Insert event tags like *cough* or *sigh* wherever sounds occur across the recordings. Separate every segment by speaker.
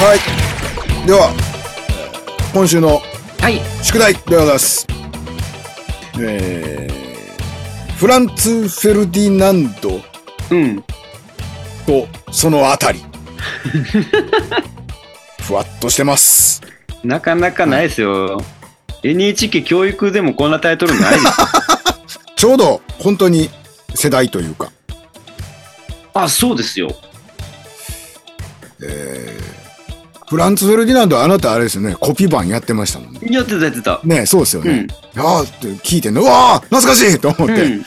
Speaker 1: はいでは今週の
Speaker 2: はい。
Speaker 1: 宿題でございますえー、フランツ・フェルディナンド
Speaker 2: うん。
Speaker 1: とそのあた
Speaker 2: *laughs*
Speaker 1: りふわっとしてます
Speaker 2: なかなかないですよ。NHK 教育でもこんなタイトルないですよ。
Speaker 1: ちょうど本当に世代というか
Speaker 2: *laughs* あ、そうですよ。
Speaker 1: えー、フランツ・フェルディナンドはあなたあれですよねコピー版やってましたもんね
Speaker 2: やってたやってた。
Speaker 1: ねそうですよ
Speaker 2: う
Speaker 1: ね
Speaker 2: ん、。
Speaker 1: ああって聞いてんのうわあ懐かしいと思っ
Speaker 2: う
Speaker 1: て
Speaker 2: ん。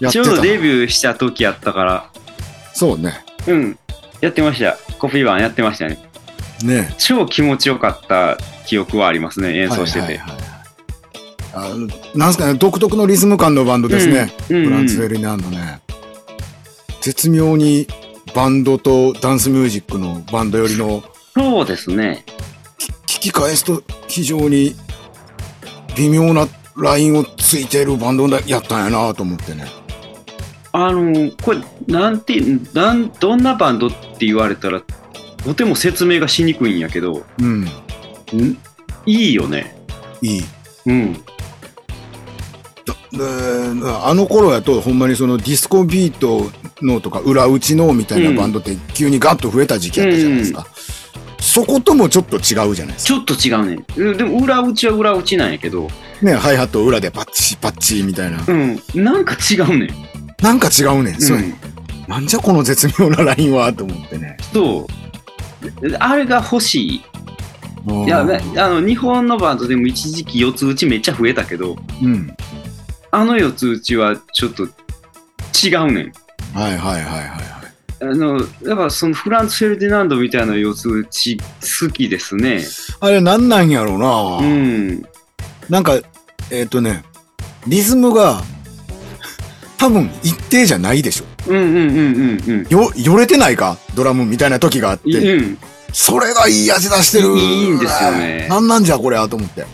Speaker 1: やっ
Speaker 2: ち
Speaker 1: て
Speaker 2: ょう
Speaker 1: た、
Speaker 2: どデビューした時やったから。
Speaker 1: そうね
Speaker 2: うん。やってました。コピー版やってましたね。
Speaker 1: ね
Speaker 2: 超気持ちよかった記憶はありますね。演奏してて。
Speaker 1: はいはいはいあなんすかね独特のリズム感のバンドですね、
Speaker 2: うん。
Speaker 1: フランツ・フェ
Speaker 2: うん
Speaker 1: ルディナンドね絶妙にバンドとダンスミュージックのバンドよりの
Speaker 2: そうですね。
Speaker 1: 聞き返すと非常に微妙なラインをついてるバンドだやったんやなと思ってね
Speaker 2: あのこれなんてなんどんなバンドって言われたらとても説明がしにくいんやけど
Speaker 1: うん
Speaker 2: んいいよね
Speaker 1: いい
Speaker 2: うん
Speaker 1: だであの頃やとほんまにそのディスコビートのとか裏打ちのみたいなバンドって急にガッと増えた時期やったじゃないですか、そこともちょっと違うじゃないです
Speaker 2: ちょっと違うねうんでも裏打ちは裏打ちなんやけど
Speaker 1: かねハイハット裏でパッチパッチみたいな
Speaker 2: うんなんか違うね
Speaker 1: なんか違うねん、そうれ
Speaker 2: ん
Speaker 1: なんじゃこの絶妙なラインはと思ってね
Speaker 2: そうあれが欲しい
Speaker 1: うん
Speaker 2: いやねあの日本のバンドでも一時期四つ打ちめっちゃ増えたけど
Speaker 1: うん
Speaker 2: あの四つ打ちはちょっと違うねん
Speaker 1: はいはいはいはいはい
Speaker 2: あのやっぱそのフランツ・フェルディナンドみたいな四つ打ち好きですね
Speaker 1: あれなんなんやろうな、
Speaker 2: うん
Speaker 1: なんかえっ、とねリズムが *laughs* 多分一定じゃないでしょ
Speaker 2: うんうんうんうんうん。
Speaker 1: よよれてないかドラムみたいな時があって
Speaker 2: うん、
Speaker 1: それがいい味出してる。
Speaker 2: いいんですよね
Speaker 1: なんなんじゃこれはと思って。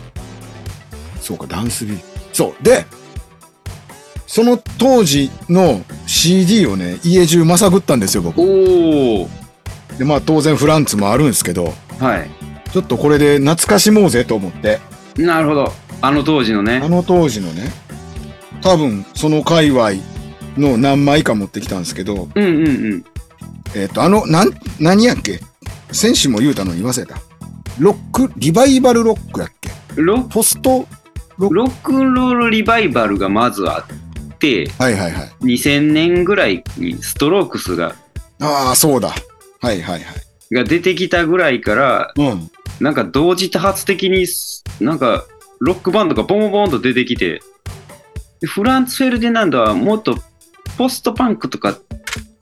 Speaker 1: そうか、ダンスビート。そう。で、その当時の CD をね、家中まさぐったんですよ、僕。
Speaker 2: おお、
Speaker 1: で、まあ当然フランツもあるんですけど、
Speaker 2: は
Speaker 1: ちょっとこれで懐かしもうぜと思って、
Speaker 2: い。なるほど。あの当時の
Speaker 1: あ
Speaker 2: ね。
Speaker 1: の当時のね、多分その界隈の何枚か持ってきたんですけど、
Speaker 2: うんうんうん。
Speaker 1: えっ、と、あの、なん、何やっけ選手も言うたのに忘れた。ロック、リバイバルロックやっけ
Speaker 2: ロ
Speaker 1: ポスト、
Speaker 2: ロックンロールリバイバルがまずあって、
Speaker 1: はいはいはい。
Speaker 2: 2000年ぐらいにストロークスが
Speaker 1: ああ、そうだ。はいはいはい。
Speaker 2: が出てきたぐらいから、
Speaker 1: うん。
Speaker 2: なんか同時多発的に、なんかロックバンドがボンボンと出てきて、でフランツ・フェルディナンドはもっとポストパンクとか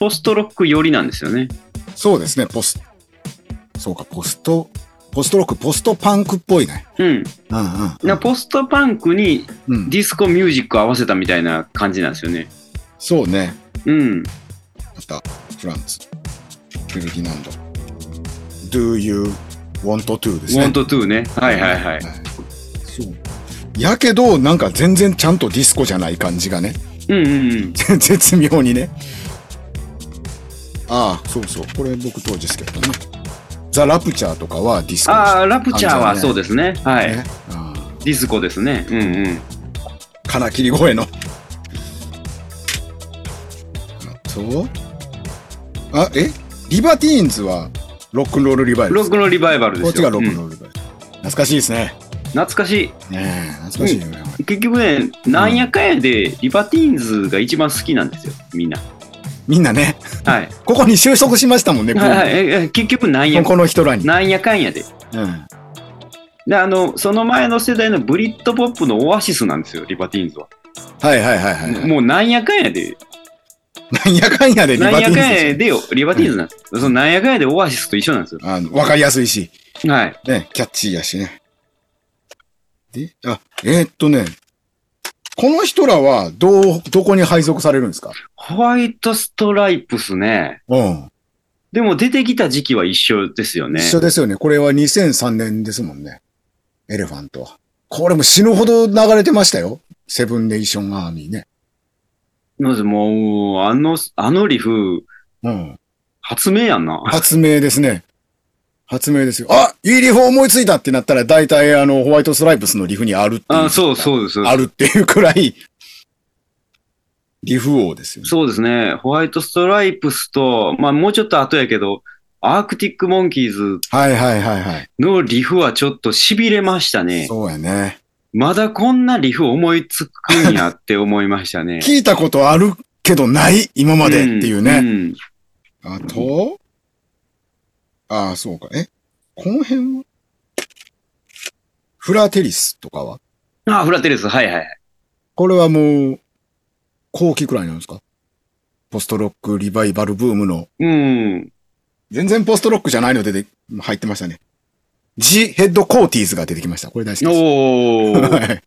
Speaker 2: ポストロック寄りなんですよね。
Speaker 1: そうですね、ポスそうか、ポスト、ポストロック、ポストパンクっぽいね。
Speaker 2: うん。
Speaker 1: うんうん。
Speaker 2: なポストパンクに
Speaker 1: うん、
Speaker 2: ディスコミュージックを合わせたみたいな感じなんですよね。
Speaker 1: そうね。
Speaker 2: うん。
Speaker 1: また、フランツ、フェルディナンド。Do you want to ですね。
Speaker 2: Want to ね。はいはいはい。
Speaker 1: そう。やけど、なんか全然ちゃんとディスコじゃない感じがね。 *laughs*
Speaker 2: うんうんうん。
Speaker 1: 絶妙にね。ああ、そうそう。これ僕当時好きだったな。ザ・ラプチャーとかはディスコでした
Speaker 2: ああ、ラプチャーはそうですね。はい。
Speaker 1: ね。うん
Speaker 2: ディスコですね。うんうん。
Speaker 1: 金切り声の。あとあ、えリバティーンズはロックンロールリバイバル
Speaker 2: ロ
Speaker 1: で
Speaker 2: ッ
Speaker 1: す
Speaker 2: ク
Speaker 1: か。
Speaker 2: のリバイバルです
Speaker 1: こ
Speaker 2: よ。
Speaker 1: っちがロックン
Speaker 2: うん
Speaker 1: ロールリバイバル。懐かしいですね。
Speaker 2: 懐かし
Speaker 1: ねえ、懐かしいよね。
Speaker 2: い。結局ね、なんやかんやで、リバティーンズが一番好きなんですよ、みんな。
Speaker 1: みんなね、
Speaker 2: はい。
Speaker 1: ここに就職しましたもんね、こ
Speaker 2: はいはい
Speaker 1: の
Speaker 2: ええ結局なんや、
Speaker 1: この人らに。
Speaker 2: なんやかんやで。
Speaker 1: うん
Speaker 2: で、あの、その前の世代のブリッドポップのオアシスなんですよ、リバティーンズは。
Speaker 1: はいはいはいはいはい。
Speaker 2: もうなんやかんやで、
Speaker 1: なんやかんやでリ
Speaker 2: な
Speaker 1: バ
Speaker 2: ん
Speaker 1: ティーン
Speaker 2: や
Speaker 1: ズ
Speaker 2: か
Speaker 1: で
Speaker 2: ん
Speaker 1: す
Speaker 2: や
Speaker 1: よ。
Speaker 2: でよ、リバティーンズなんです。そのなんやかんやでオアシスと一緒なんですよ。
Speaker 1: あのわかりやすいし、
Speaker 2: はい。
Speaker 1: ね、キャッチーやしね。で、あ、えーっとね、この人らはどう、どこに配属されるんですか
Speaker 2: ホワイトストライプスね。
Speaker 1: うん。
Speaker 2: でも出てきた時期は一緒ですよね。
Speaker 1: 一緒ですよね。これは2003年ですもんね。エレファントは。これも死ぬほど流れてましたよ。セブンネーションアーミーね。
Speaker 2: まずもう、あの、あのリフ、
Speaker 1: うん。
Speaker 2: 発明やんな。
Speaker 1: 発明ですね。発明ですよ。あいいリフを思いついたってなったら、大体あの、ホワイトストライプスのリフにあるっていう
Speaker 2: あそうそうです。
Speaker 1: あるっていうくらい、リフ王ですよね。
Speaker 2: そうですね。ホワイトストライプスと、まあもうちょっと後やけど、アークティックモンキーズ
Speaker 1: はいはいはいはい。
Speaker 2: のリフはちょっと痺れましたね。
Speaker 1: そうやね。
Speaker 2: まだこんなリフ思いつくんやって思いま
Speaker 1: *laughs*
Speaker 2: したね。
Speaker 1: 聞いたことあるけどない、今までっていうね。
Speaker 2: んん
Speaker 1: あと、ああ、そうか。えこの辺はフラテリスとかは
Speaker 2: ああ、フラテレス、はいはい。
Speaker 1: これはもう、後期くらいなんですかポストロックリバイバルブームの、
Speaker 2: うん。
Speaker 1: 全然ポストロックじゃないの出て、入ってましたね。ジ・ヘッド・コーティーズが出てきました。これ大好きです。
Speaker 2: お
Speaker 1: *laughs*
Speaker 2: ー。
Speaker 1: はい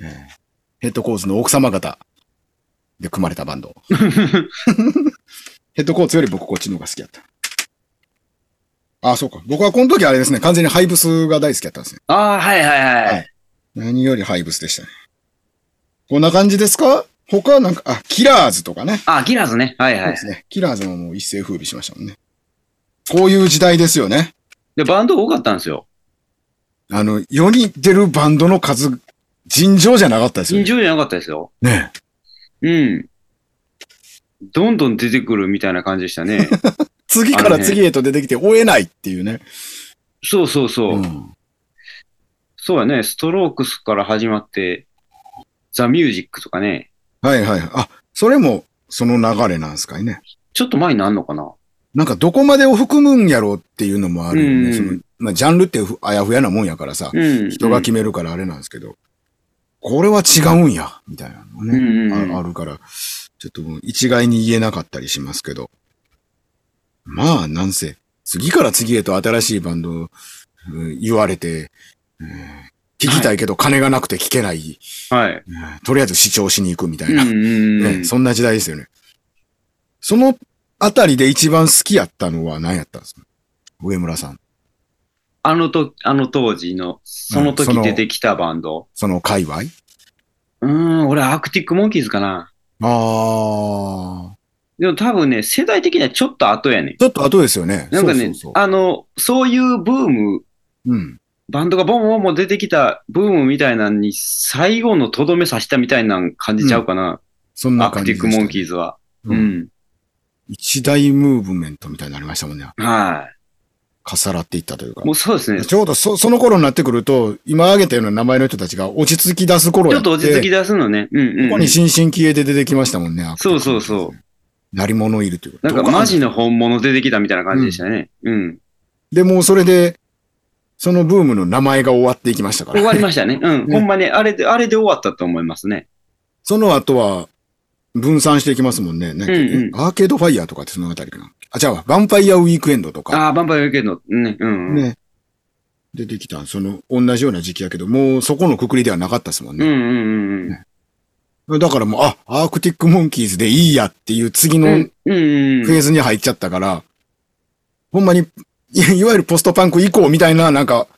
Speaker 1: えーヘッドコーツの奥様方で組まれたバン
Speaker 2: *laughs*
Speaker 1: ド。ヘッドコーツより僕こっちの方が好きだった。あそうか。僕はこの時あれですね、完全にハイブスが大好きだったんですね。
Speaker 2: ああ、はいはいはい。
Speaker 1: はい何よりハイブスでしたね。こんな感じですか他なんか、あ、キラーズとかね。
Speaker 2: ああ、ギラーズね。はい
Speaker 1: そう
Speaker 2: は
Speaker 1: で
Speaker 2: い。
Speaker 1: すね。キラーズももう一世風靡しましたもんね。こういう時代ですよね。
Speaker 2: で、バンド多かったんですよ。
Speaker 1: あの、世に出るバンドの数、尋常じゃなかったですよ
Speaker 2: 尋
Speaker 1: ね。
Speaker 2: 常じゃなかったですよ。
Speaker 1: ね
Speaker 2: うん。どんどん出てくるみたいな感じでし
Speaker 1: *laughs*
Speaker 2: たね。
Speaker 1: 次から次へと出てきて追えないっていうね。
Speaker 2: そうそうそう。
Speaker 1: うん
Speaker 2: そうやね。ストロークスから始まって、ザ・ミュージックとかね。
Speaker 1: はいはい。あ、それもその流れなんですかいね。
Speaker 2: ちょっと前になんのかな
Speaker 1: なんかどこまでを含むんやろうっていうのもあるよ
Speaker 2: う
Speaker 1: ね。
Speaker 2: ん
Speaker 1: そのまあ、ジャンルってふあやふやなもんやからさ、
Speaker 2: うん。
Speaker 1: 人が決めるからあれなんですけど、これは違うんや、みたいなのね、
Speaker 2: うんうんうん
Speaker 1: あ。あるから、ちょっともう一概に言えなかったりしますけど。まあ、なんせ、次から次へと新しいバンド、うん言われて、うん聞きたいけど金がなくて聞けない、
Speaker 2: はい。
Speaker 1: うんとりあえず視聴しに行くみた
Speaker 2: う
Speaker 1: い
Speaker 2: ん
Speaker 1: な。
Speaker 2: うんうん
Speaker 1: ね、。そんな時代ですよね。そのあたりで一番好きやったのは何やったんですか上村さん。
Speaker 2: あのと、あの当時の、その
Speaker 1: うんそ
Speaker 2: 時
Speaker 1: の
Speaker 2: 出てきたバンド。
Speaker 1: その界隈
Speaker 2: うーん、俺、アークティック・モンキーズかな。
Speaker 1: ああ。
Speaker 2: でも多分ね、世代的にはちょっと後やね。
Speaker 1: ちょっと後ですよね。
Speaker 2: なんか
Speaker 1: そう
Speaker 2: ね、
Speaker 1: そうそう
Speaker 2: あの、そういうブーム、
Speaker 1: うん。
Speaker 2: バンドがボンボンボン出てきたブームみたいなのに、最後のとどめさしたみたいな感じちゃうかな。
Speaker 1: そんな
Speaker 2: アーク
Speaker 1: 感
Speaker 2: テ
Speaker 1: じ
Speaker 2: ィ
Speaker 1: で
Speaker 2: ッ
Speaker 1: した
Speaker 2: ク・モンキーズは。う
Speaker 1: うん。
Speaker 2: ん。
Speaker 1: 一大ムーブメントみたいになりましたもんね。
Speaker 2: は
Speaker 1: 重なっていったというか
Speaker 2: い。も。うそうですね。
Speaker 1: ちょうどそその頃になってくると、今挙げたような名前の人たちが落ち着き出す頃
Speaker 2: ちょ
Speaker 1: や
Speaker 2: っ
Speaker 1: って
Speaker 2: と落ち着き出すのね。うんうん
Speaker 1: ここに新進気鋭で出てきましたもんね。
Speaker 2: そうそうそう。
Speaker 1: う。なり物いるという
Speaker 2: なんかマジの本物出てきたみたいな感じでしたね。うん。
Speaker 1: で、もうそれで、そのブームの名前が終わっていきましたから。
Speaker 2: 終わりましたね。うん。
Speaker 1: ね
Speaker 2: ほんまに、あれで、あれで終わったと思いますね。
Speaker 1: その後は、分散していきますもんね。なんか
Speaker 2: うんうん
Speaker 1: アーケードファイヤーとかってそのあたりかな。あ、じゃあ、ヴァンパイアウィークエンドとか、
Speaker 2: ああ、バンパイアウィークエンド。ね。うん。
Speaker 1: ね。出てきた、その、同じような時期やけど、もうそこのくくりではなかったですもん
Speaker 2: うんう
Speaker 1: ね。
Speaker 2: んうんうん。
Speaker 1: だからもう、あ、アークティックモンキーズでいいやっていう次の
Speaker 2: うん
Speaker 1: フ
Speaker 2: うんうん。
Speaker 1: ェーズに入っちゃったから、ほんまに、いいわゆるポストパンク以降みたいな、なんか、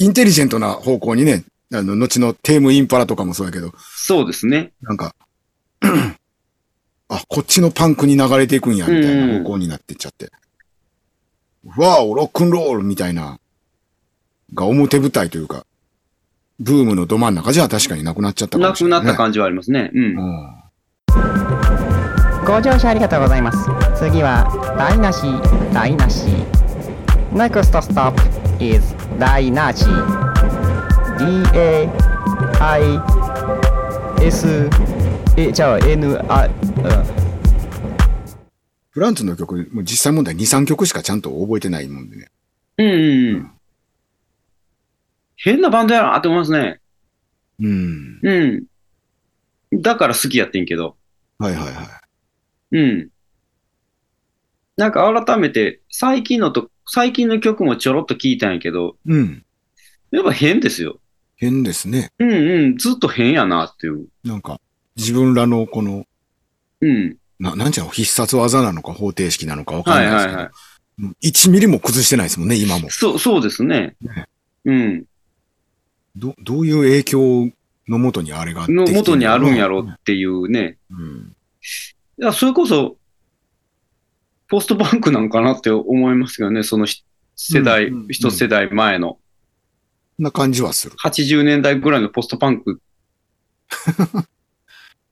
Speaker 1: インテリジェントな方向にね、あの、後のテームインパラとかもそうやけど、
Speaker 2: そうですね。
Speaker 1: なんか、あ、こっちのパンクに流れていくんや、みたいな方向になってっちゃって。わお、ロックンロールみたいな、が表舞台というか、ブームのど真ん中じゃ確かになくなっちゃったか
Speaker 2: な
Speaker 1: もし
Speaker 2: く
Speaker 1: れな、
Speaker 2: ないっ
Speaker 1: ね。
Speaker 2: た感じはありますね。うん。
Speaker 1: うん
Speaker 3: ご乗車ありがとうございます。次は台無し、台無し。Next stop is 台無し。D A I S えじゃあ N I うん
Speaker 1: フランツの曲、もう実際問題2、3曲しかちゃんと覚えてないもんでね。
Speaker 2: うんうんうん。変なバンドやなって思いますね。
Speaker 1: うん。
Speaker 2: うん。だから好きやってんけど。
Speaker 1: はいはいはい。
Speaker 2: うん。なんか改めて、最近のと、最近の曲もちょろっと聞いたんやけど、
Speaker 1: うん。
Speaker 2: やっぱ変ですよ。
Speaker 1: 変ですね。
Speaker 2: うんうん、ずっと変やなっていう。
Speaker 1: なんか、自分らのこの、
Speaker 2: うん。
Speaker 1: ななんちゃうの必殺技なのか方程式なのかわか
Speaker 2: は
Speaker 1: ん
Speaker 2: い
Speaker 1: ないです
Speaker 2: は
Speaker 1: け
Speaker 2: い
Speaker 1: ど、
Speaker 2: はい。
Speaker 1: もう1ミリも崩してないですもんね、今も。
Speaker 2: そう、そうですね。
Speaker 1: ね
Speaker 2: うん。
Speaker 1: ど、どういう影響のもとにあれができて
Speaker 2: の
Speaker 1: る
Speaker 2: 元にあるんやろっていうね。
Speaker 1: うん。
Speaker 2: いや、それこそ、ポストバンクなんかなって思いますけどね、そのひ、世代、
Speaker 1: うんうんうん
Speaker 2: 一世代前の
Speaker 1: な感じはする。
Speaker 2: 80年代ぐらいのポストパ
Speaker 1: *laughs*
Speaker 2: ンク、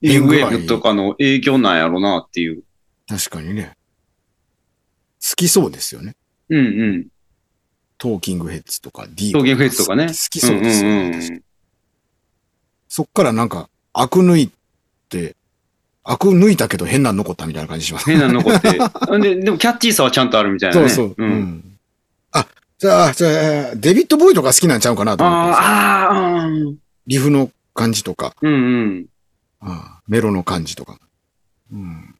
Speaker 2: ニ
Speaker 1: いう
Speaker 2: ューウ
Speaker 1: ぐ
Speaker 2: ェ
Speaker 1: らい
Speaker 2: ーブとかの影響なんやろなっていう。
Speaker 1: 確かにね。好きそうですよね。
Speaker 2: うんうん。
Speaker 1: トーキングヘッズとか D
Speaker 2: 表現フェイスとかね。
Speaker 1: 好きそうですよね。
Speaker 2: うんうんうん
Speaker 1: 確かにそっからなんか、悪抜いて、悪抜いたけど変なん残ったみたいな感じします。
Speaker 2: 変なの残
Speaker 1: *laughs*
Speaker 2: って。んで、でもキャッチーさはちゃんとあるみたいな
Speaker 1: そ
Speaker 2: ね。
Speaker 1: うそう。
Speaker 2: ん
Speaker 1: んあ、じゃあ、じゃあ、デビッド・ボーイとか好きなんちゃうかなと思って。
Speaker 2: あーあー、うん
Speaker 1: リフの感じとか、
Speaker 2: うん。
Speaker 1: あメロの感じとか。うん、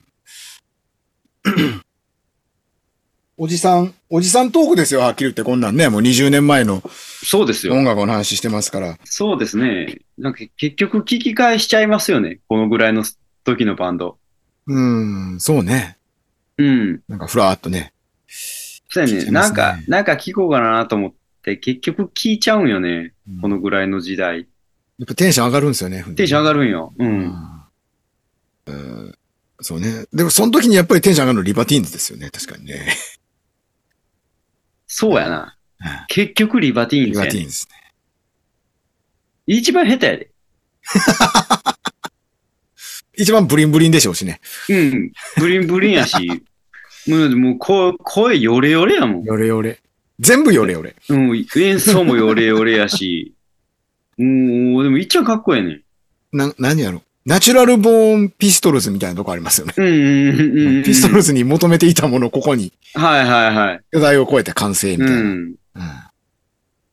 Speaker 1: おじさん、おじさんトークですよ、はっきり言ってこんなんね。もう20年前の
Speaker 2: そうですよ。
Speaker 1: 音楽の話してますから。
Speaker 2: そうですね。なんか結局聞き返しちゃいますよね。このぐらいの時のバンド。
Speaker 1: うん、そうね。
Speaker 2: うん。
Speaker 1: なんかふらーっとね。
Speaker 2: そうや
Speaker 1: 聞い
Speaker 2: ね。
Speaker 1: てま
Speaker 2: な
Speaker 1: す
Speaker 2: ん
Speaker 1: ね
Speaker 2: か、なんか聞こうかなと思って、結局聞いちゃうんよね。
Speaker 1: うん
Speaker 2: このぐらいの時代。
Speaker 1: やっぱテンション上がるんですよね。
Speaker 2: テンション
Speaker 1: が
Speaker 2: 上がるんよ。うん。
Speaker 1: うん。うんそうね。でも、その時にやっぱりテンション上がるのリバティーンズですよね。確かにね。
Speaker 2: そうやな
Speaker 1: うん。
Speaker 2: 結局リバティーン
Speaker 1: リ
Speaker 2: ズ
Speaker 1: バ
Speaker 2: や
Speaker 1: ティ
Speaker 2: ね。
Speaker 1: ーンズね。
Speaker 2: 一番下手やで。
Speaker 1: 一番ブリンブリンでしょうしね。
Speaker 2: うん。ブリンブリンやし。もう、もう声、声ヨレヨレやもん。
Speaker 1: よれよれ。全部よれよれ。
Speaker 2: うん。演奏もヨレヨレやし。もう、でも一番かっこええねん。
Speaker 1: な、何やろ。ナチュラルボーンピストルズみたいなとこありますよね。
Speaker 2: うんうんうんうんうん。
Speaker 1: ピストルズに求めていたものをここに、
Speaker 2: はいはいはい。
Speaker 1: 世代を超えて完成みた
Speaker 2: う
Speaker 1: いな。
Speaker 2: ん。
Speaker 1: うん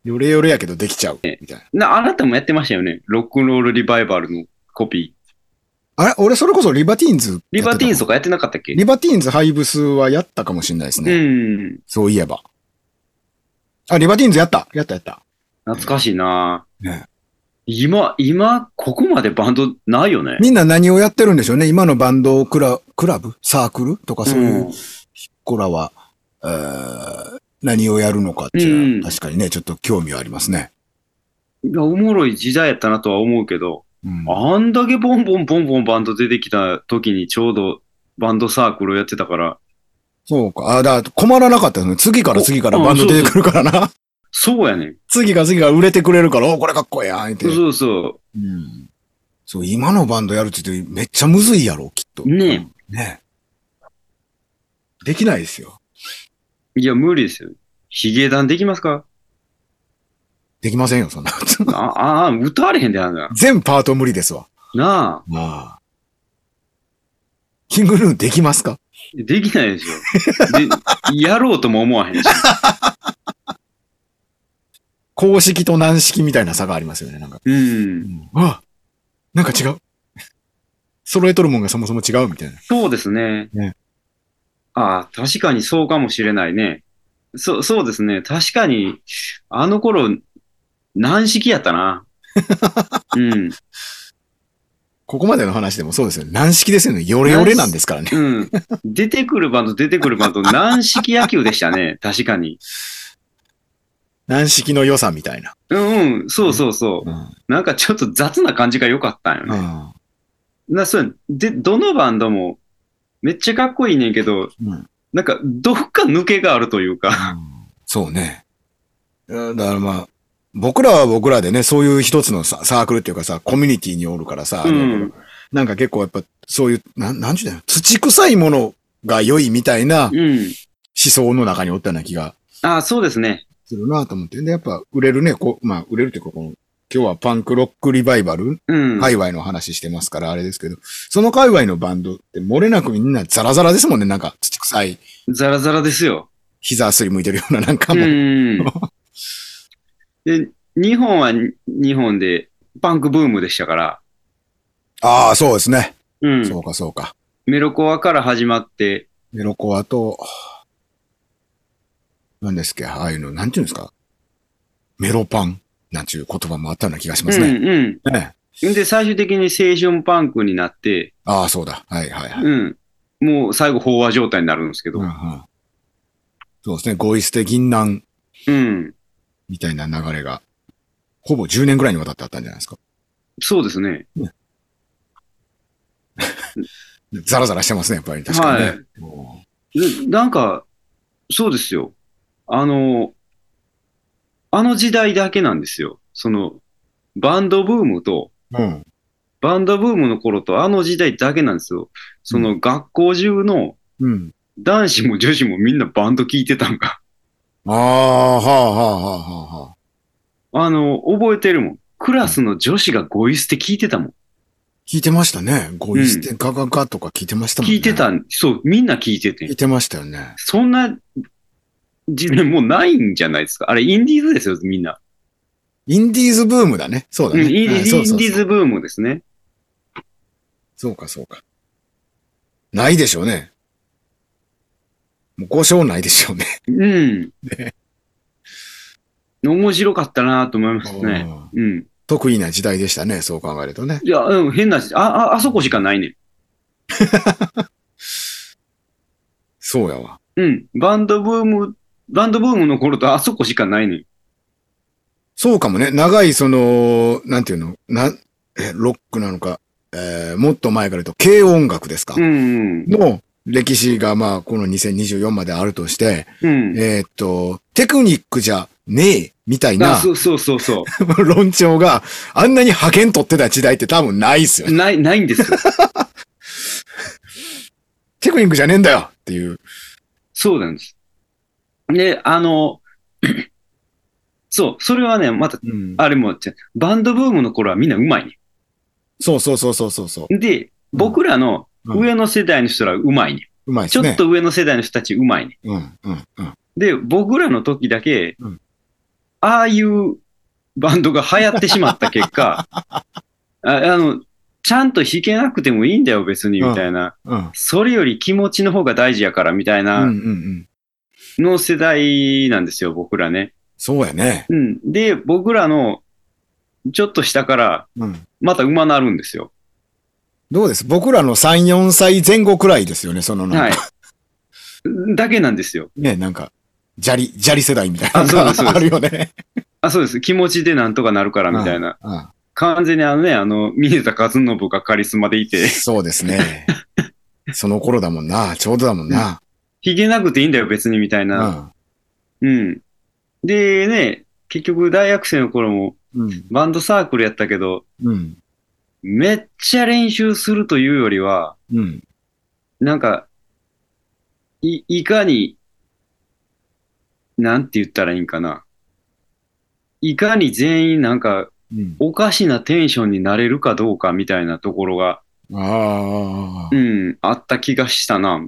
Speaker 1: よれよれやけどできちゃう。みたいな。
Speaker 2: な、あなたもやってましたよね。ロックンロールリバイバルのコピー。
Speaker 1: あれ俺それこそリバティーンズやってた。
Speaker 2: リバティーンズとかやってなかったっけ
Speaker 1: リバティーンズハイブスはやったかもしれないです
Speaker 2: う
Speaker 1: ね。
Speaker 2: ん。
Speaker 1: そういえば。あ、リバティーンズやったやったやった。
Speaker 2: 懐かしいな
Speaker 1: ね
Speaker 2: 今、今、ここまでバンドないよね。
Speaker 1: みんな何をやってるんでしょうね今のバンドクラ、クラブサークルとかそういう子らは、えー何をやるのかっていうのは
Speaker 2: うん
Speaker 1: 確かにね、ちょっと興味はありますね。
Speaker 2: うん、いやおもろい時代やったなとは思うけど、
Speaker 1: うん
Speaker 2: あんだけボンボンボンボンバンド出てきた時にちょうどバンドサークルをやってたから、
Speaker 1: そうか。あ、だから困らなかったですね。次から次からバンド出てくるからな。
Speaker 2: そうやねん。
Speaker 1: 次が次が売れてくれるから、おこれかっこいいやんって。
Speaker 2: そうそ
Speaker 1: うんそう、今のバンドやるって言ってめっちゃむずいやろ、きっと。
Speaker 2: う。ね
Speaker 1: ねできないですよ。
Speaker 2: え。いや、無理ですよ。ヒゲダンできますか
Speaker 1: できませんよ、そんな。
Speaker 2: ああー、歌われへんであんな。
Speaker 1: *laughs* 全パート無理ですわ。
Speaker 2: なあ。
Speaker 1: まあ。キングルーンできますか
Speaker 2: できないでしょ。で、やろうとも思わへんし。
Speaker 1: 公式と軟式みたいな差がありますよね、なんか。
Speaker 2: うん。
Speaker 1: あなんか違う。揃えとるもんがそもそも違うみたいな。
Speaker 2: そうですね。
Speaker 1: ね
Speaker 2: ああ、確かにそうかもしれないね。そそうですね。確かに、あの頃、軟式やった *laughs* な。うん。
Speaker 1: ここまでの話でもそうですよね。軟式ですよね。ヨレヨレなんですからね。
Speaker 2: うん。出てくるバンド、出てくるバンド、軟式野球でし
Speaker 1: *laughs*
Speaker 2: たね。確かに。
Speaker 1: 軟式の良さみたいな。
Speaker 2: うんうん。そうそうそう。なんかちょっと雑な感じが良かったんよ
Speaker 1: う
Speaker 2: ね。
Speaker 1: ん
Speaker 2: な、そうで、どのバンドも、めっちゃかっこいいねんけど、
Speaker 1: うん
Speaker 2: なんか、どっか抜けがあるというか。
Speaker 1: そうね。うんだからまあ、僕らは僕らでね、そういう一つのササークルっていうかさ、コミュニティにおるからさ、
Speaker 2: うん
Speaker 1: なんか結構やっぱそういう、なん、なんちゅうの土臭いものが良いみたいな思
Speaker 2: うん。
Speaker 1: 想の中におったような気が
Speaker 2: ああ、そうですね。
Speaker 1: するなと思って。で、やっぱ売れるね、こう、まあ売れるっていうか、この、今日はパンクロックリバイバル
Speaker 2: うん。
Speaker 1: 界隈の話してますから、あれですけど、その界隈のバンドって漏れなくみんなザラザラですもんね、なんか土臭い、
Speaker 2: ザラザラですよ。
Speaker 1: 膝すりむいてるようななんかも。
Speaker 2: うん。
Speaker 1: *laughs*
Speaker 2: で、日本はに日本でパンクブームでしたから、
Speaker 1: ああ、そうですね。
Speaker 2: うん。
Speaker 1: そうか、そうか。
Speaker 2: メロコアから始まって、
Speaker 1: メロコアと、何ですっけ、ああいうの、なんていうんですか。メロパンなんていう言葉もあったような気がしますね。
Speaker 2: うん
Speaker 1: ね
Speaker 2: うん。で、最終的に青春パンクになって、
Speaker 1: ああ、そうだ。はいはいはい。
Speaker 2: うん。もう最後飽和状態になるんですけど、
Speaker 1: うんう
Speaker 2: うん。
Speaker 1: んそうですね、ゴイステ銀杏みたいな流れが、ほぼ10年ぐらいにわたってあったんじゃないですか。
Speaker 2: そうですね。
Speaker 1: ザラザラしてますね、やっぱり確かにね。
Speaker 2: はいでなんか、そうですよ。あの、あの時代だけなんですよ。その、バンドブームと、
Speaker 1: うん。
Speaker 2: バンドブームの頃とあの時代だけなんですよ。その学校中の
Speaker 1: うん。
Speaker 2: 男子も女子もみんなバンド聴いてたんか。
Speaker 1: ああ、はあはあはあはあ。
Speaker 2: あの、覚えてるもん。クラスの女子がゴイ捨て聞いてたもん。
Speaker 1: 聞いてましたね。ゴイステガガガとか聞いてましたもんね。
Speaker 2: 聞いてた。ん、そう、みんな聞いてて
Speaker 1: 聞い。てましたよね。
Speaker 2: そんな時代もうないんじゃないですか。あれ、インディーズですよ、みんな。
Speaker 1: インディーズブームだね。そうだ
Speaker 2: うん
Speaker 1: ね。
Speaker 2: インデ
Speaker 1: う
Speaker 2: ィイ
Speaker 1: ん
Speaker 2: ンデ
Speaker 1: そ
Speaker 2: ィ
Speaker 1: うそうそう
Speaker 2: ーズブームですね。
Speaker 1: そうか、そうか。ないでしょうね。もう故障ないでしょうね。
Speaker 2: うん。面白かったなと思いますね。
Speaker 1: うん
Speaker 2: うん。
Speaker 1: 得意な時代でしたね。そう考えるとね。
Speaker 2: いや、うん、変なし、あ、あ、あそこしかないね。
Speaker 1: そうやわ。
Speaker 2: うん。バンドブーム、バンドブームの頃とあそこしかないね。
Speaker 1: そうかもね。長い、その、なんていうの、なん、えロックなのか、えーもっと前から言うと、軽音楽ですか
Speaker 2: う。ん。
Speaker 1: の歴史が、まあ、この2024まであるとして、
Speaker 2: うん。
Speaker 1: えーっと、テクニックじゃねえ、みたい
Speaker 2: あ
Speaker 1: な
Speaker 2: そうそうそうそ
Speaker 1: 論調があんなに派遣取ってた時代って多分ないっすよ
Speaker 2: う。
Speaker 1: ね。
Speaker 2: ない、ない
Speaker 1: *laughs*
Speaker 2: んですよ。
Speaker 1: テクニックじゃねえんだよっていう。
Speaker 2: そうなんです。で、あの、 *clears throat* そう、それはね、また、
Speaker 1: うん
Speaker 2: あれもちゃ、バンドブームの頃はみんなうまいね。
Speaker 1: そうそうそうそうそうそう。
Speaker 2: で、僕らの上の世代の人らうまいね。
Speaker 1: うまいで
Speaker 2: ち
Speaker 1: す
Speaker 2: ょ
Speaker 1: ね。
Speaker 2: っと上の世代の人たちうまいね。
Speaker 1: うん、うん、うん。
Speaker 2: で、僕らの時だけ、
Speaker 1: うん
Speaker 2: ああいうバンドが流行ってしまった結
Speaker 1: *laughs*
Speaker 2: 果、ああの、ちゃんと弾けなくてもいいんだよ、別に、
Speaker 1: うん
Speaker 2: みたいな。
Speaker 1: うん、
Speaker 2: それより気持ちの方が大事やから、みたい
Speaker 1: うん、う
Speaker 2: なん
Speaker 1: うん。
Speaker 2: の世代なんですよ、僕らね。
Speaker 1: そうやね。
Speaker 2: うん。で、僕らのちょっと下から、
Speaker 1: うん。
Speaker 2: また馬なるんですよ。
Speaker 1: どうです僕らの3、4歳前後くらいですよね、そのなんか、
Speaker 2: はい。だけなんですよ。
Speaker 1: ね、なんか、砂利、砂利世代みたいなの
Speaker 2: あそうですそう
Speaker 1: が
Speaker 2: です
Speaker 1: あるよ
Speaker 2: *laughs*
Speaker 1: ね。
Speaker 2: あ、そうです。気持ちでなんとかなるから、みたいな。
Speaker 1: うん
Speaker 2: 完全にあのね、あの、水田和信がカリスマでい *laughs* て。
Speaker 1: そうですね。その頃だもんな、ちょうどだもんな。
Speaker 2: ひげなくていいんだよ、別に、みたいうな。
Speaker 1: ん。
Speaker 2: うん。でね、結局大学生の頃も
Speaker 1: うん。
Speaker 2: バンドサークルやったけど、
Speaker 1: うん。
Speaker 2: めっちゃ練習するというよりは、
Speaker 1: うん。
Speaker 2: なんか、い、いかに、なんて言ったらいいんかな。いかに全員なんか、
Speaker 1: うん。
Speaker 2: おかしなテンションになれるかどうかみたいなところが、
Speaker 1: ああ、
Speaker 2: うん、あった気がしたな。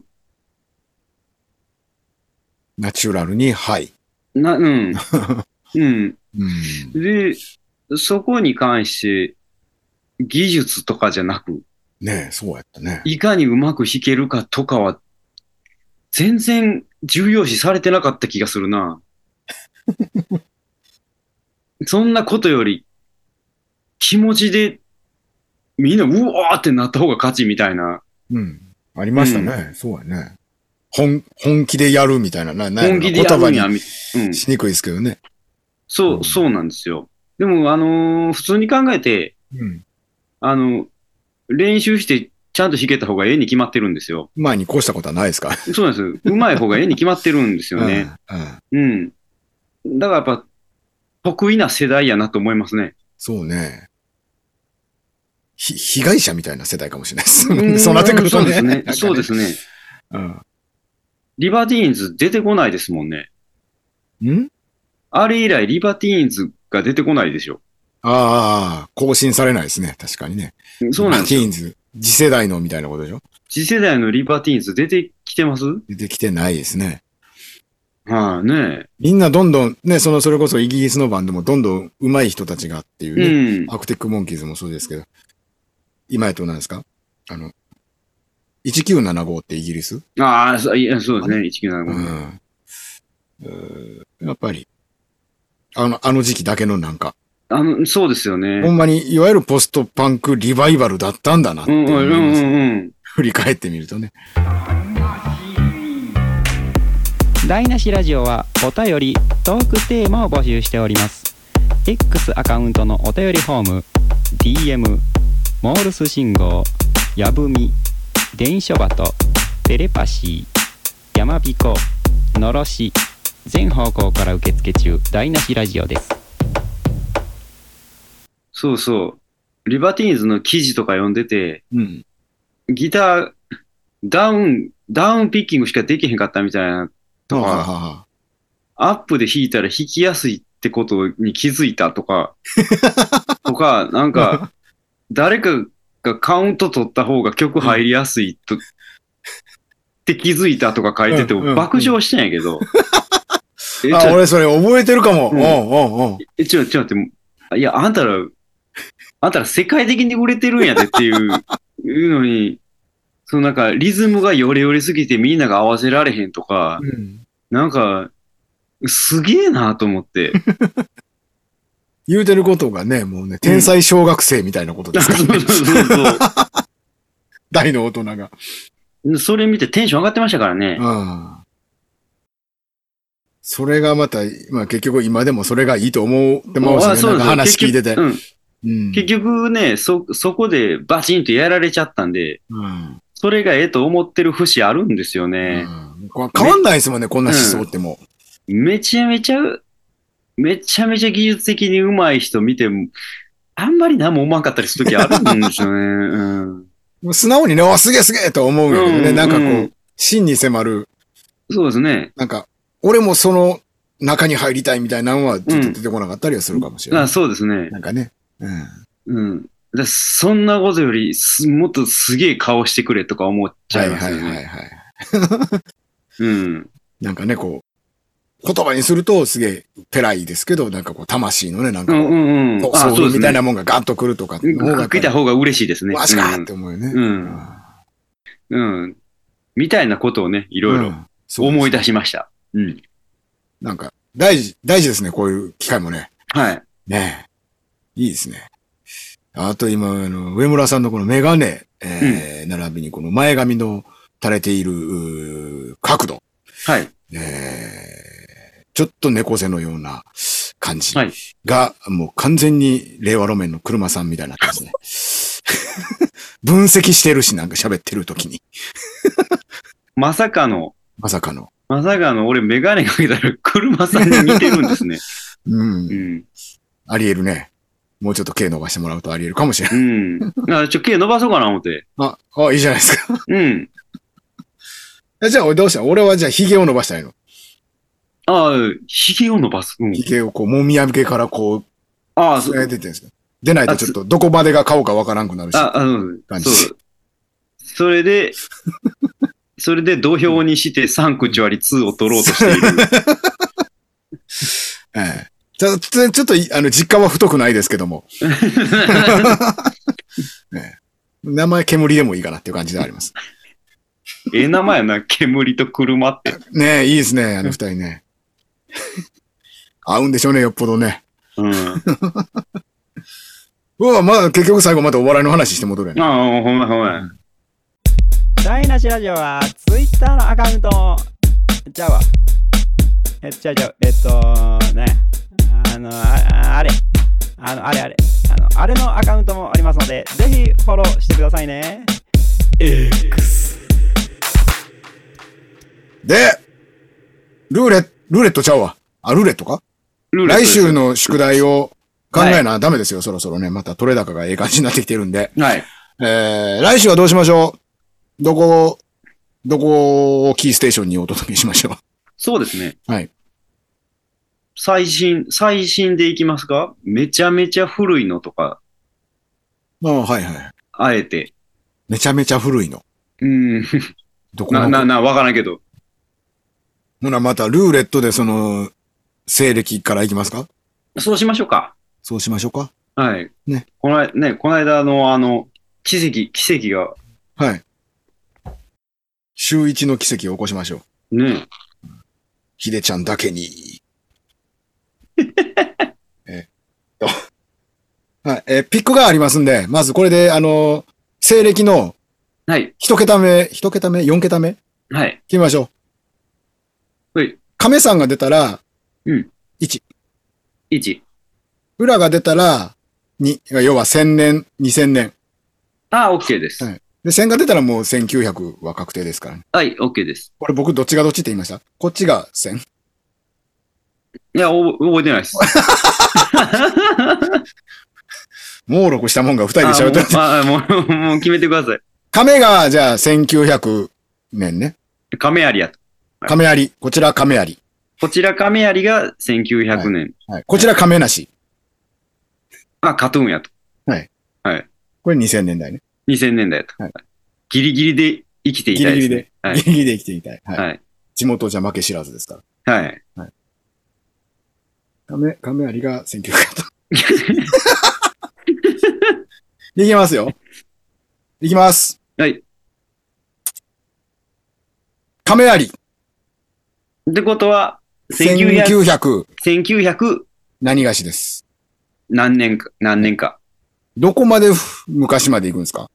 Speaker 1: ナチュラルに、はい。
Speaker 2: な、
Speaker 1: *laughs*
Speaker 2: うん。うん。
Speaker 1: うん。
Speaker 2: で、そこに関して、技術とかじゃなく、
Speaker 1: ねえ、そうやったね。
Speaker 2: いかにうまく弾けるかとかは、全然重要視されてなかった気がする
Speaker 1: *laughs*
Speaker 2: な。そんなことより、気持ちで、みんなうわーってなった方が勝ちみたいな、
Speaker 1: うん。ありましたね。そうやね。本、本気でやるみたいな。な、な
Speaker 2: 本気でやるんや、
Speaker 1: 言
Speaker 2: みうん
Speaker 1: 葉に。しにくいですけどね。
Speaker 2: そうう、
Speaker 1: ん
Speaker 2: そうなんですよ。でも、あのー普通に考えて、
Speaker 1: うん。
Speaker 2: あの、練習してちゃんと弾けた方がええに決まってるんですよ。
Speaker 1: 前に越したことはないですか。
Speaker 2: そうなんです。うまい方が絵に決まってるんですよね。
Speaker 1: うんうん。
Speaker 2: *laughs* うん。だからやっぱ、得意な世代やなと思いますね。
Speaker 1: そうね。ひ、被害者みたいな世代かもしれないです。
Speaker 2: うん
Speaker 1: *laughs* そうなってくるとね。な
Speaker 2: そうですね。
Speaker 1: んか
Speaker 2: *laughs* そうですね。
Speaker 1: うん。
Speaker 2: リバティーンズ出てこないですもんね。
Speaker 1: ん
Speaker 2: あれ以来リバティーンズが出てこないでしょ。
Speaker 1: ああ、更新されないですね。確かにね。
Speaker 2: そうな
Speaker 1: ま
Speaker 2: ん
Speaker 1: あ
Speaker 2: で
Speaker 1: テ
Speaker 2: す。
Speaker 1: ィーンズ、次世代のみたいなことでしょ
Speaker 2: 次世代のリバティーンズ出てきてますはい、
Speaker 1: 出てきてないですね。
Speaker 2: ね
Speaker 1: みんなどんどん、ね、その、それこそイギリスのバンドもどんどん上手い人たちがっていう
Speaker 2: う
Speaker 1: ね。
Speaker 2: ん。
Speaker 1: アクティックモンキーズもそうですけど、今やと何ですかあの、1975ってイギリス、
Speaker 2: ああ、そういやそうですね。1975。
Speaker 1: ん、うんやっぱり、あの、あの時期だけのなんか、
Speaker 2: あの、そうですよね。
Speaker 1: ほんまにいわゆるポストパンクリバイバルだったんだなって
Speaker 2: う
Speaker 1: 思
Speaker 2: ん
Speaker 1: い
Speaker 2: うんう
Speaker 1: ます、
Speaker 2: んうん。
Speaker 1: 振り返ってみるとね。
Speaker 3: 台無しラジオはお便りトークテーマを募集しております X アカウントのお便りフォーム DM モールス信号やぶみ電書バトテレパシーやまびこのろし全方向から受付中台無しラジオです
Speaker 2: そうそう。リバティーンズの記事とか読んでて、
Speaker 1: うん。
Speaker 2: ギター、ダウン、ダウンピッキングしかできへんかったみたいな、
Speaker 1: は
Speaker 2: と
Speaker 1: いはい
Speaker 2: か、
Speaker 1: は
Speaker 2: アップで弾いたら弾きやすいってことに気づいた
Speaker 1: *laughs*
Speaker 2: とか、とか、なんか、誰かがカウント取った方が曲入りやすいと、って気づいたとか書いてて、
Speaker 1: うんうんうん
Speaker 2: 爆笑してんやけ
Speaker 1: *laughs*
Speaker 2: ど。え、
Speaker 1: い
Speaker 2: ち
Speaker 1: あ、
Speaker 2: ょ、
Speaker 1: 俺それ覚えてるかも。う
Speaker 2: う
Speaker 1: んんうんうん。
Speaker 2: えちょ、ちょ、待って、いや、あんたら、あんたら世界的に売れてるんやでっていう、いうのに、そのなんかリズムがヨレヨレすぎてみんなが合わせられへんとか、なんか、すげえなと思って。 *laughs*
Speaker 1: 言うてることがね、もうね、天才小学生みたいなことですから
Speaker 2: そ
Speaker 1: ね。
Speaker 2: うそうそう
Speaker 1: *laughs* 大の大人が。
Speaker 2: そう。それ見てテンション上がってましたからね。
Speaker 1: うん。それがまた、まあ結局今でもそれがいいと思ってます
Speaker 2: あ
Speaker 1: ね。なんか
Speaker 2: なんです
Speaker 1: 話
Speaker 2: よ
Speaker 1: 聞いてて。
Speaker 2: 結局,、うん、
Speaker 1: うん
Speaker 2: 結局ね、そ、そこでバチンとやられちゃったんで、
Speaker 1: うん
Speaker 2: それがええと思ってる節あるんですよ
Speaker 1: う
Speaker 2: ね。
Speaker 1: んこれ変わんないですもんね、こんな思想っても
Speaker 2: めちゃめちゃ、めちゃめちゃ技術的に上手い人見ても、あんまり何も思わんかったりするときある
Speaker 1: *laughs*
Speaker 2: んですよね。うん。
Speaker 1: う。素直にね、わ、すげえすげえと思うけど
Speaker 2: うんう
Speaker 1: ね、
Speaker 2: ん
Speaker 1: なんかこう、真に迫る、
Speaker 2: そうですね。
Speaker 1: なんか、俺もその中に入りたいみたいなのはちょっと出てこなかったりはするかもしれない。
Speaker 2: あそうですね。
Speaker 1: なんかね。うん。
Speaker 2: うん。だそんなことより、すもっとすげえ顔してくれとか思っちゃいますよね。
Speaker 1: はいはいはいはい。
Speaker 2: うん。
Speaker 1: なんかね、こう、言葉にするとすげえ、ペライですけど、なんかこう、魂のね、なん
Speaker 2: う
Speaker 1: かこ
Speaker 2: ん
Speaker 1: う、
Speaker 2: うんうん。
Speaker 1: そう
Speaker 2: あ、
Speaker 1: そう
Speaker 2: そうで
Speaker 1: み
Speaker 2: す
Speaker 1: たい
Speaker 2: ね
Speaker 1: な。もんがガッとくるとかっていうのが
Speaker 2: かけた方が嬉しいですね。
Speaker 1: わしかって思うよね。
Speaker 2: うんうん。うん。みたいなことをね、いろいろ
Speaker 1: ろ
Speaker 2: 思い
Speaker 1: し
Speaker 2: 出しました。うん。
Speaker 1: なんか、大事、大事ですね、こういう機会もね。
Speaker 2: はい。
Speaker 1: ねえいいですね。あと今、あの、上村さんのこのメガネ、えー並びにこの前髪の垂れている、うー角度。
Speaker 2: はい。
Speaker 1: えーちょっと猫背のような感じ
Speaker 2: はい
Speaker 1: が、もう完全に令和路面の車さんみたいになってますね。 *laughs* 分析してるし、なんか喋ってる時に。
Speaker 2: まさかの、
Speaker 1: まさかの。
Speaker 2: まさかの俺メガネかけたら車さんに似てるんですね。
Speaker 1: *laughs* うん。
Speaker 2: うん。
Speaker 1: ありえるね。もうちょっと毛伸ばしてもらうとありえるかもしれな
Speaker 2: う
Speaker 1: い。
Speaker 2: ん。だからちょ、毛伸ばそうかな思って。
Speaker 1: あ、あ、いいじゃないですか。 *laughs*
Speaker 2: うん。
Speaker 1: えじゃあ、どうした俺はじゃあ、髭を伸ばしたいの。
Speaker 2: ああ、髭を伸ばす。うん、
Speaker 1: 髭をこう、もみあげからこう、
Speaker 2: ああ、そ
Speaker 1: 出てるんですよ。出ないとちょっと、どこまでが顔かわからんくなるし。
Speaker 2: あ、あの、
Speaker 1: 感じ
Speaker 2: そう。それで、それで土俵にして3口割り2を取ろうとしてい
Speaker 1: *laughs*
Speaker 2: る。
Speaker 1: ええ。ちょちょちょっとい、あの、実家は太くないですけど
Speaker 2: *laughs*
Speaker 1: も。 *laughs* 名前煙でもいいかなっていう感じではあります。
Speaker 2: ええ名前やな、煙と車って。
Speaker 1: ねえ、いいですね、あの二人
Speaker 2: *laughs*
Speaker 1: ね。合うんでしょうね、よっぽどね。
Speaker 2: うん。
Speaker 1: うわ、まあ結局最後またお笑いの話して戻るやね。
Speaker 2: ああ、ほんまほんま。
Speaker 3: 台無しラジオはツイッターのアカウントじゃあわえじゃあじゃあえっとねあのああれあのあれあれあのあれのアカウントもありますのでぜひフォローしてくださいね
Speaker 1: で、ルーレット、ルーレットちゃうわ。あ、ルーレットか
Speaker 2: ルーレットで
Speaker 1: 来
Speaker 2: す
Speaker 1: 週。の宿題を考えなダメですよ、そろそろね。また取れ高がええ感じになってきてるんで。
Speaker 2: はい。
Speaker 1: えー、来週はどうしましょうどこ、どこをキーステーションにお届けしま *laughs* しょ
Speaker 2: そうですね。
Speaker 1: う。はい。
Speaker 2: 最新、最新でいきますかめちゃめちゃ古いのとか、
Speaker 1: ああ、はいはい。
Speaker 2: あえて。
Speaker 1: めちゃめちゃ古いの。
Speaker 2: うん。
Speaker 1: どこの
Speaker 2: な、な、な、わからんけど。
Speaker 1: ほな、またルーレットでその、西暦からいきますか
Speaker 2: そうしましょうか。
Speaker 1: そうしましょうか
Speaker 2: はい。
Speaker 1: ね。
Speaker 2: この間、ね、この間のあの、奇跡、奇跡が、
Speaker 1: はい。週一の奇跡を起こしましょう。
Speaker 2: ね。
Speaker 1: ヒデちゃんだけ
Speaker 2: *laughs*
Speaker 1: に。えっと。 *laughs* はい。えーピックがありますんで、まずこれで、あのー西暦の
Speaker 2: はい。
Speaker 1: 一桁目、一桁目、四桁目
Speaker 2: はい。
Speaker 1: 決めましょう。
Speaker 2: はい。
Speaker 1: 亀さんが出たら、
Speaker 2: 1。
Speaker 1: 裏が出たら、に、要は千年、二千年。
Speaker 2: ああ、OK です。
Speaker 1: はいで、千が出たらもう1900は確定ですからね。
Speaker 2: はい、OK です。
Speaker 1: これ僕どっちがどっちって言いましたこっちが千
Speaker 2: いや、おぼ覚えてないです。
Speaker 1: もうろくしたもんが二人で喋ってる。
Speaker 2: あもうあもう、もう決めてください。
Speaker 1: 亀が、じゃあ、1900年ね。
Speaker 2: 亀有やと。
Speaker 1: 亀有。こちら亀有。
Speaker 2: こちら亀有が1900年。
Speaker 1: はい。こちら亀梨。
Speaker 2: あ、カトゥーンやと。
Speaker 1: これ2000年代ね。
Speaker 2: 2000年代やと。
Speaker 1: はい
Speaker 2: ギリギリで生きてい
Speaker 1: ギ
Speaker 2: た
Speaker 1: リ
Speaker 2: い
Speaker 1: ギ
Speaker 2: で
Speaker 1: リ
Speaker 2: す、
Speaker 1: で
Speaker 2: ね。。
Speaker 1: ギリギリで生きていたい。はい。
Speaker 2: はい。
Speaker 1: 地元じゃ負け知らずですから。
Speaker 2: はい。はい。
Speaker 1: 亀、亀有が1900年。
Speaker 2: *laughs*
Speaker 1: いきますよ。いきます。
Speaker 2: はい。
Speaker 1: 亀有。
Speaker 2: ってことは、1900
Speaker 1: 1900
Speaker 2: 1900
Speaker 1: 何がしです。
Speaker 2: 何年か、何年か。
Speaker 1: どこまでふ昔まで行くんですか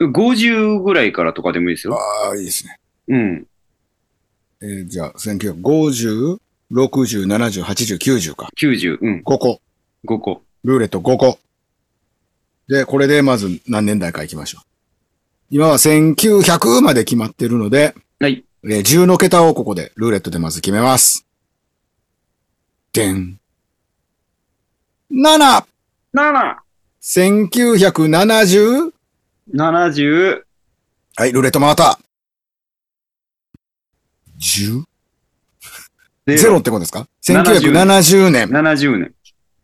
Speaker 2: 50ぐらいからとかでもいいですよ。
Speaker 1: ああ、いいですね。
Speaker 2: うん。
Speaker 1: えーじゃあ、1950、60、70、80、90か。
Speaker 2: 90、うん。
Speaker 1: 5個。
Speaker 2: 5個。
Speaker 1: ルーレット5個。で、これでまず何年代か行きましょう。今は1900まで決まってるので、
Speaker 2: はい。
Speaker 1: えー10の桁をここでルーレットでまず決めます。でん。7
Speaker 2: 7、
Speaker 1: 1970?
Speaker 2: 70、
Speaker 1: はい、ルーレット回った。10? ゼロってことですか ?1970 年。
Speaker 2: 70年。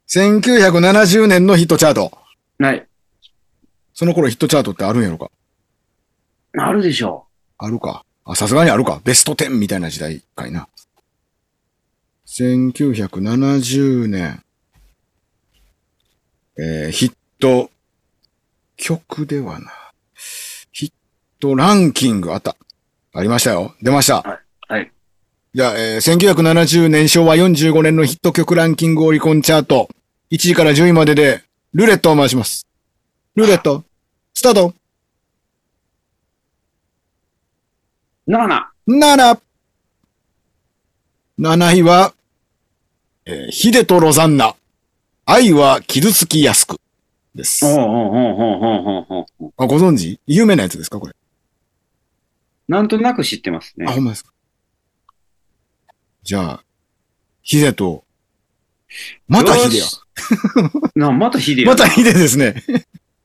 Speaker 1: 1970年のヒットチャート。
Speaker 2: はい。
Speaker 1: その頃ヒットチャートってあるんやろか
Speaker 2: あるでしょ
Speaker 1: あるか。あ、さすがにあるか。ベスト10みたいな時代かいな。1970年。えーヒット、曲ではな。ヒットランキングあった。ありましたよ。出ました。
Speaker 2: う。はい。
Speaker 1: じゃあ、えー1970年昭和45年のヒット曲ランキングオリコンチャート。1位から10位までで、ルーレットを回します。ルーレット、スタート
Speaker 2: 7、
Speaker 1: !7! 7位は、えーヒデとロザンナ。愛は傷つきやすく。です。
Speaker 2: おう
Speaker 1: あ
Speaker 2: おうおうおうおうおうおう
Speaker 1: ご存知有名なやつですかこれ。
Speaker 2: なんとなく知ってますね
Speaker 1: あ、。ほんまですか。じゃあ、ヒデと、またヒデや
Speaker 2: よ。し。な、またヒデやな。
Speaker 1: またヒデですね。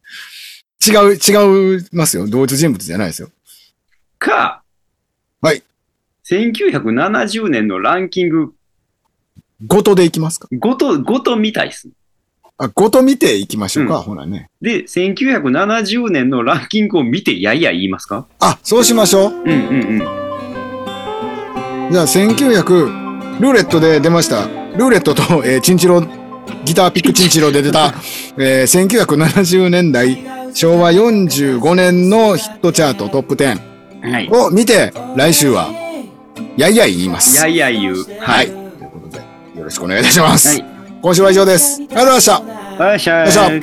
Speaker 1: *laughs* 違う、違いますよ。同一人物じゃないですよ。
Speaker 2: か。
Speaker 1: はい。
Speaker 2: 1970年のランキング、
Speaker 1: ごとでいきますか
Speaker 2: ごと、ごとみたいです。
Speaker 1: あ、ごと見ていきましょうか。
Speaker 2: うん
Speaker 1: ほらね。
Speaker 2: で、1970年のランキングを見て、やいやい言いますか
Speaker 1: あ、そうしましょう。
Speaker 2: うんうんうん。
Speaker 1: じゃあ、1900、ルーレットで出ました。ルーレットと、えーチンチロ、ギターピックチンチロで出
Speaker 2: *laughs*
Speaker 1: た、えー1970年代、昭和45年のヒットチャートトップ10
Speaker 2: はい。
Speaker 1: を見て、来週は、やいやい言います。
Speaker 2: やいやい言う。
Speaker 1: は。
Speaker 2: はいい。
Speaker 1: ということで、よろしくお願いいたします。
Speaker 2: はい
Speaker 1: 今週は以上です。ありがとうございました。
Speaker 2: はい、しゃ
Speaker 1: よいしょ
Speaker 2: ー。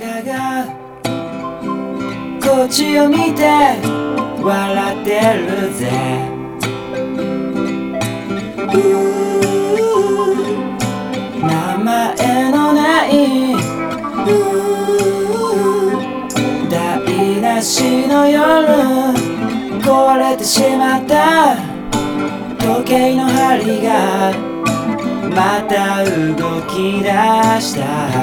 Speaker 4: こっちを見て笑ってるぜうー名前のないうー台無しの夜壊れてしまった時計の針がまた動き出した